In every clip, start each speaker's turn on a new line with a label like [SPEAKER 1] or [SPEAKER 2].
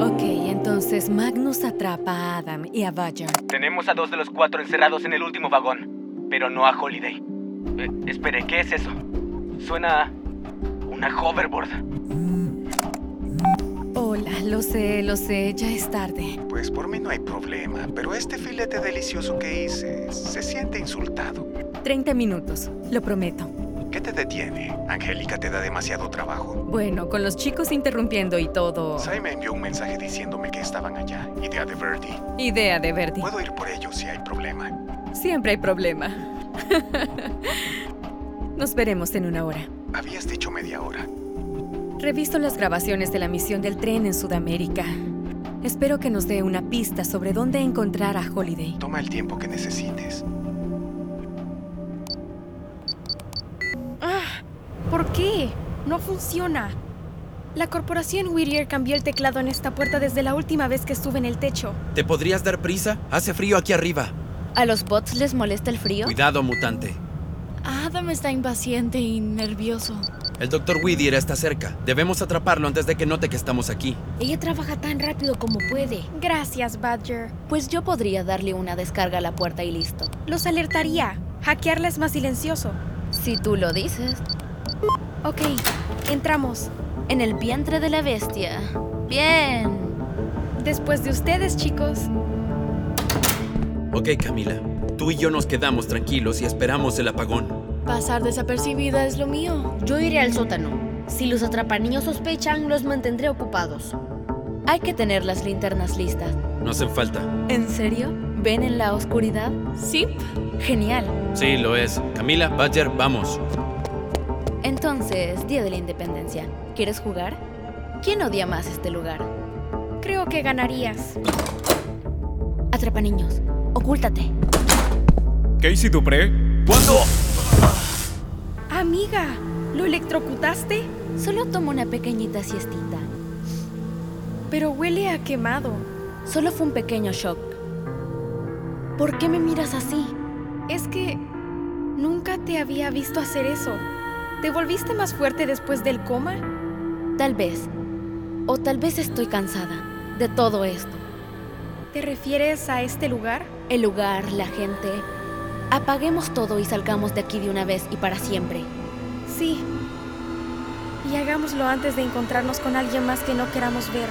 [SPEAKER 1] Ok, entonces Magnus atrapa a Adam y a Badger.
[SPEAKER 2] Tenemos a dos de los cuatro encerrados en el último vagón, pero no a Holiday. Eh, espere, ¿qué es eso? Suena a una hoverboard.
[SPEAKER 1] Hola, lo sé, lo sé, ya es tarde.
[SPEAKER 3] Pues por mí no hay problema, pero este filete delicioso que hice se siente insultado.
[SPEAKER 1] 30 minutos, lo prometo.
[SPEAKER 3] ¿Qué te detiene? Angélica te da demasiado trabajo.
[SPEAKER 1] Bueno, con los chicos interrumpiendo y todo.
[SPEAKER 3] Sai me envió un mensaje diciéndome que estaban allá, idea de Verdi.
[SPEAKER 1] Idea de Verdi.
[SPEAKER 3] Puedo ir por ellos si hay problema.
[SPEAKER 1] Siempre hay problema. Nos veremos en una hora.
[SPEAKER 3] Habías dicho media hora.
[SPEAKER 1] Revisto las grabaciones de la misión del tren en Sudamérica. Espero que nos dé una pista sobre dónde encontrar a Holiday.
[SPEAKER 3] Toma el tiempo que necesites.
[SPEAKER 4] ¿Por qué? No funciona. La corporación Whittier cambió el teclado en esta puerta desde la última vez que estuve en el techo.
[SPEAKER 5] ¿Te podrías dar prisa? Hace frío aquí arriba.
[SPEAKER 6] ¿A los bots les molesta el frío?
[SPEAKER 5] Cuidado, mutante.
[SPEAKER 6] Adam está impaciente y nervioso.
[SPEAKER 5] El doctor Whittier está cerca. Debemos atraparlo antes de que note que estamos aquí.
[SPEAKER 7] Ella trabaja tan rápido como puede.
[SPEAKER 4] Gracias, Badger.
[SPEAKER 6] Pues yo podría darle una descarga a la puerta y listo.
[SPEAKER 4] Los alertaría. Hackearla es más silencioso.
[SPEAKER 6] Si tú lo dices.
[SPEAKER 4] Ok, entramos.
[SPEAKER 6] En el vientre de la bestia. Bien.
[SPEAKER 4] Después de ustedes, chicos.
[SPEAKER 5] Ok, Camila. Tú y yo nos quedamos tranquilos y esperamos el apagón.
[SPEAKER 6] Pasar desapercibida es lo mío.
[SPEAKER 7] Yo iré al sótano. Si los atrapaniños sospechan, los mantendré ocupados.
[SPEAKER 6] Hay que tener las linternas listas.
[SPEAKER 5] No hacen falta.
[SPEAKER 6] ¿En serio? ¿Ven en la oscuridad? Sí. Genial.
[SPEAKER 5] Sí, lo es. Camila, Badger, vamos.
[SPEAKER 6] Entonces, Día de la Independencia. ¿Quieres jugar? ¿Quién odia más este lugar?
[SPEAKER 4] Creo que ganarías.
[SPEAKER 6] Atrapa niños. Ocúltate.
[SPEAKER 8] Casey Dupré. ¿Cuándo?
[SPEAKER 4] Amiga, ¿lo electrocutaste?
[SPEAKER 6] Solo toma una pequeñita siestita.
[SPEAKER 4] Pero huele a quemado.
[SPEAKER 6] Solo fue un pequeño shock. ¿Por qué me miras así?
[SPEAKER 4] Es que nunca te había visto hacer eso. ¿Te volviste más fuerte después del coma?
[SPEAKER 6] Tal vez. O tal vez estoy cansada de todo esto.
[SPEAKER 4] ¿Te refieres a este lugar?
[SPEAKER 6] El lugar, la gente. Apaguemos todo y salgamos de aquí de una vez y para siempre.
[SPEAKER 4] Sí. Y hagámoslo antes de encontrarnos con alguien más que no queramos ver.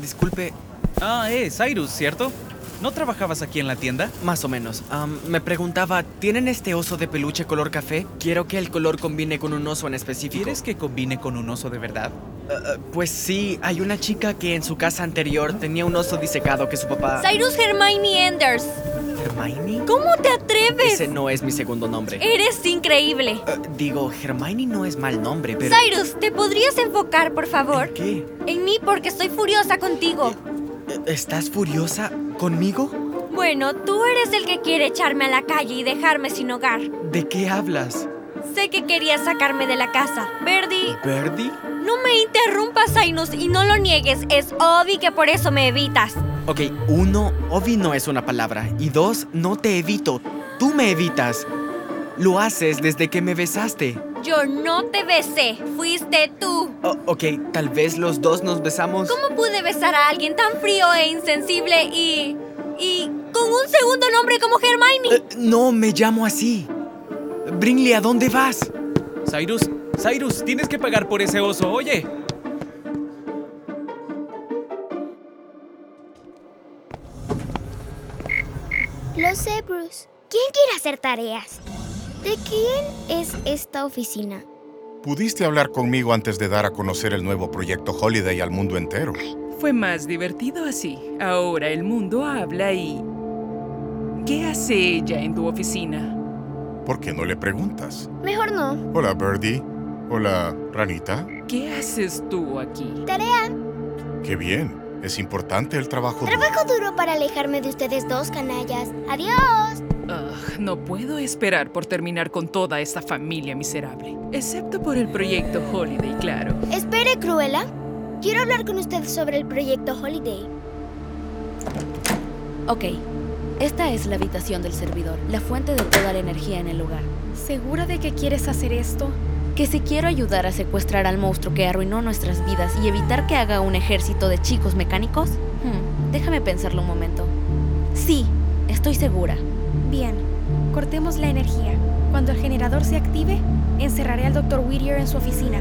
[SPEAKER 9] Disculpe. Ah, eh, Cyrus, ¿cierto? ¿No trabajabas aquí en la tienda?
[SPEAKER 10] Más o menos. Ah, Am, me preguntaba, ¿tienen este oso de peluche color café? Quiero que el color combine con un oso en específico.
[SPEAKER 9] ¿Quieres que combine con un oso de verdad?
[SPEAKER 10] Eh, pues sí, hay una chica que en su casa anterior tenía un oso disecado que su papá...
[SPEAKER 6] Cyrus Hermione Enders.
[SPEAKER 10] ¿Hermione?
[SPEAKER 6] ¿Cómo te atreves?
[SPEAKER 10] Ese no es mi segundo nombre.
[SPEAKER 4] Eh.
[SPEAKER 6] Eres increíble.
[SPEAKER 10] Eh, digo, Hermione no es mal nombre, pero...
[SPEAKER 6] Cyrus, ¿te podrías enfocar, por favor?
[SPEAKER 10] ¿En ¿Qué?
[SPEAKER 6] En mí porque estoy furiosa contigo.
[SPEAKER 10] Eh, ¿Estás furiosa conmigo?
[SPEAKER 6] Bueno, tú eres el que quiere echarme a la calle y dejarme sin hogar.
[SPEAKER 10] ¿De qué hablas?
[SPEAKER 6] Sé que querías sacarme de la casa. Verdi,
[SPEAKER 10] ¿Verdi?
[SPEAKER 6] no me interrumpas, Cyrus, y no lo niegues. Es obvio que por eso me evitas.
[SPEAKER 10] Ok, uno, Ovi no es una palabra. Y dos, no te evito. Tú me evitas. Lo haces desde que me besaste.
[SPEAKER 4] Yo no te besé, fuiste tú.
[SPEAKER 10] O- Oh, ok, tal vez los dos nos besamos.
[SPEAKER 4] ¿Cómo pude besar a alguien tan frío e insensible y... y con un segundo nombre como Hermione?
[SPEAKER 11] Eh.
[SPEAKER 10] No me llamo así. Brinley, ¿a dónde vas?
[SPEAKER 12] Cyrus, Cyrus, tienes que pagar por ese oso, oye.
[SPEAKER 11] Lo sé, Bruce. ¿Quién quiere hacer tareas? ¿De quién es esta oficina?
[SPEAKER 13] Pudiste hablar conmigo antes de dar a conocer el nuevo proyecto Holiday al mundo entero.
[SPEAKER 14] Fue más divertido así. Ahora el mundo habla y... ¿Qué hace ella en tu oficina?
[SPEAKER 13] ¿Por qué no le preguntas?
[SPEAKER 11] Mejor no.
[SPEAKER 13] Hola, Birdie. Hola, Ranita.
[SPEAKER 14] ¿Qué haces tú aquí?
[SPEAKER 11] Tarea.
[SPEAKER 13] Qué bien. Es importante el trabajo. duro.
[SPEAKER 11] Trabajo duro para alejarme de ustedes dos, canallas. Adiós.
[SPEAKER 14] Ugh, no puedo esperar por terminar con toda esta familia miserable. Excepto por el proyecto Holiday, claro.
[SPEAKER 11] Espere, Cruella. Quiero hablar con usted sobre el proyecto Holiday.
[SPEAKER 6] Ok, esta es la habitación del servidor, la fuente de toda la energía en el lugar.
[SPEAKER 15] ¿Segura de que quieres hacer esto?
[SPEAKER 6] Que si quiero ayudar a secuestrar al monstruo que arruinó nuestras vidas y evitar que haga un ejército de chicos mecánicos, hmm, déjame pensarlo un momento. Sí, estoy segura.
[SPEAKER 15] Bien, cortemos la energía. Cuando el generador se active, encerraré al Dr. Whittier en su oficina.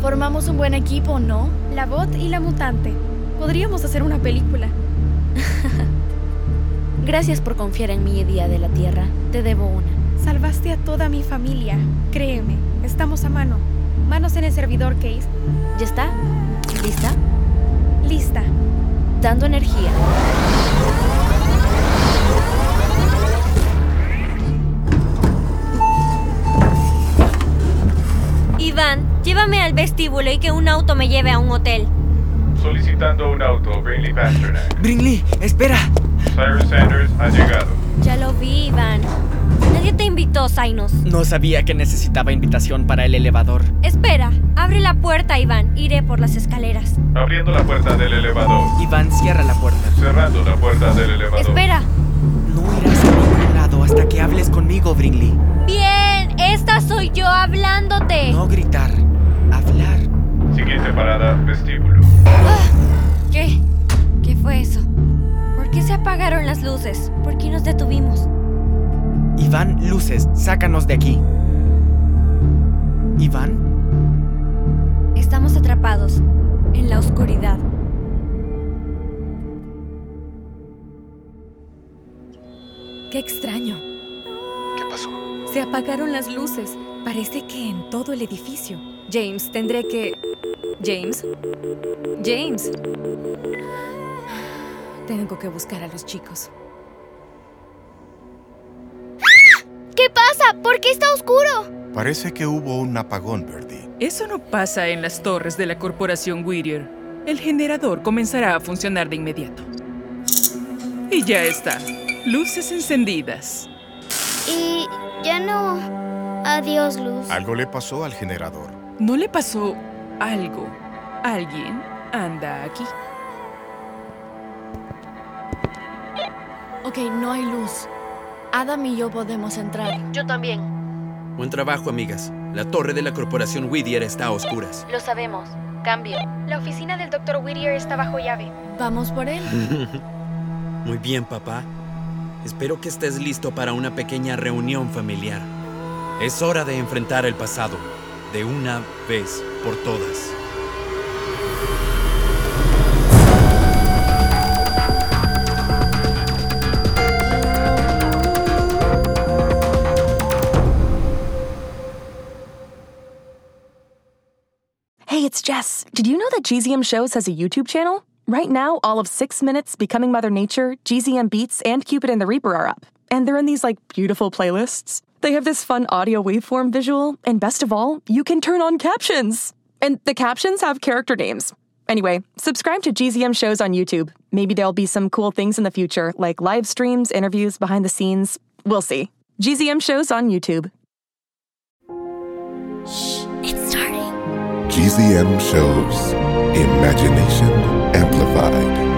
[SPEAKER 15] Formamos un buen equipo, ¿no? La bot y la mutante. Podríamos hacer una película.
[SPEAKER 6] Gracias por confiar en mi día de la Tierra. Te debo una.
[SPEAKER 15] Salvaste a toda mi familia. Créeme, estamos a mano. Manos en el servidor, Case.
[SPEAKER 6] ¿Ya está? ¿Lista?
[SPEAKER 15] Lista.
[SPEAKER 6] Dando energía.
[SPEAKER 4] Iván, llévame al vestíbulo y que un auto me lleve a un hotel.
[SPEAKER 16] Solicitando un auto, Brinley Pasternak.
[SPEAKER 10] Brinley, espera.
[SPEAKER 16] Cyrus Sanders ha llegado.
[SPEAKER 4] Ya lo vi, Iván. Nadie te invitó, Zainos.
[SPEAKER 10] No sabía que necesitaba invitación para el elevador.
[SPEAKER 4] Espera, abre la puerta, Iván. Iré por las escaleras.
[SPEAKER 16] Abriendo la puerta del elevador.
[SPEAKER 10] Iván, cierra la puerta.
[SPEAKER 16] Cerrando la puerta del elevador.
[SPEAKER 4] Espera.
[SPEAKER 10] Un lado hasta que hables conmigo, Brinley.
[SPEAKER 4] Bien, esta soy yo hablándote.
[SPEAKER 10] No gritar, hablar.
[SPEAKER 16] Siguiente parada, vestíbulo.
[SPEAKER 4] ¿Qué? ¿Qué fue eso? ¿Por qué se apagaron las luces? ¿Por qué nos detuvimos?
[SPEAKER 10] Iván, luces, sácanos de aquí. Iván,
[SPEAKER 4] Estamos atrapados en la oscuridad.
[SPEAKER 17] Qué extraño.
[SPEAKER 3] ¿Qué pasó?
[SPEAKER 17] Se apagaron las luces. Parece que en todo el edificio. James, tendré que... James. James. Tengo que buscar a los chicos.
[SPEAKER 11] ¿Qué pasa? ¿Por qué está oscuro?
[SPEAKER 13] Parece que hubo un apagón, Birdie.
[SPEAKER 14] Eso no pasa en las torres de la corporación Whittier. El generador comenzará a funcionar de inmediato. Y ya está. Luces encendidas.
[SPEAKER 11] Y ya no. Adiós, Luz.
[SPEAKER 13] Algo le pasó al generador.
[SPEAKER 14] ¿No le pasó algo? Alguien anda aquí.
[SPEAKER 18] Ok, no hay luz. Adam y yo podemos entrar. Yo también.
[SPEAKER 5] Buen trabajo, amigas. La torre de la corporación Whittier está a oscuras.
[SPEAKER 18] Lo sabemos. Cambio.
[SPEAKER 15] La oficina del Dr. Whittier está bajo llave.
[SPEAKER 18] Vamos por él.
[SPEAKER 5] Muy bien, papá. Espero que estés listo para una pequeña reunión familiar. Es hora de enfrentar el pasado, de una vez por todas.
[SPEAKER 19] Hey, it's Jess. Did you know that GZM Shows has a YouTube channel? Right now, all of Six Minutes, Becoming Mother Nature, GZM Beats, and Cupid and the Reaper are up. And they're in these, like, beautiful playlists. They have this fun audio waveform visual, and best of all, you can turn on captions! And the captions have character names. Anyway, subscribe to GZM Shows on YouTube. Maybe there'll be some cool things in the future, like live streams, interviews, behind the scenes. We'll see. GZM Shows on YouTube.
[SPEAKER 4] It's starting.
[SPEAKER 20] GZM shows Imagination Amplified.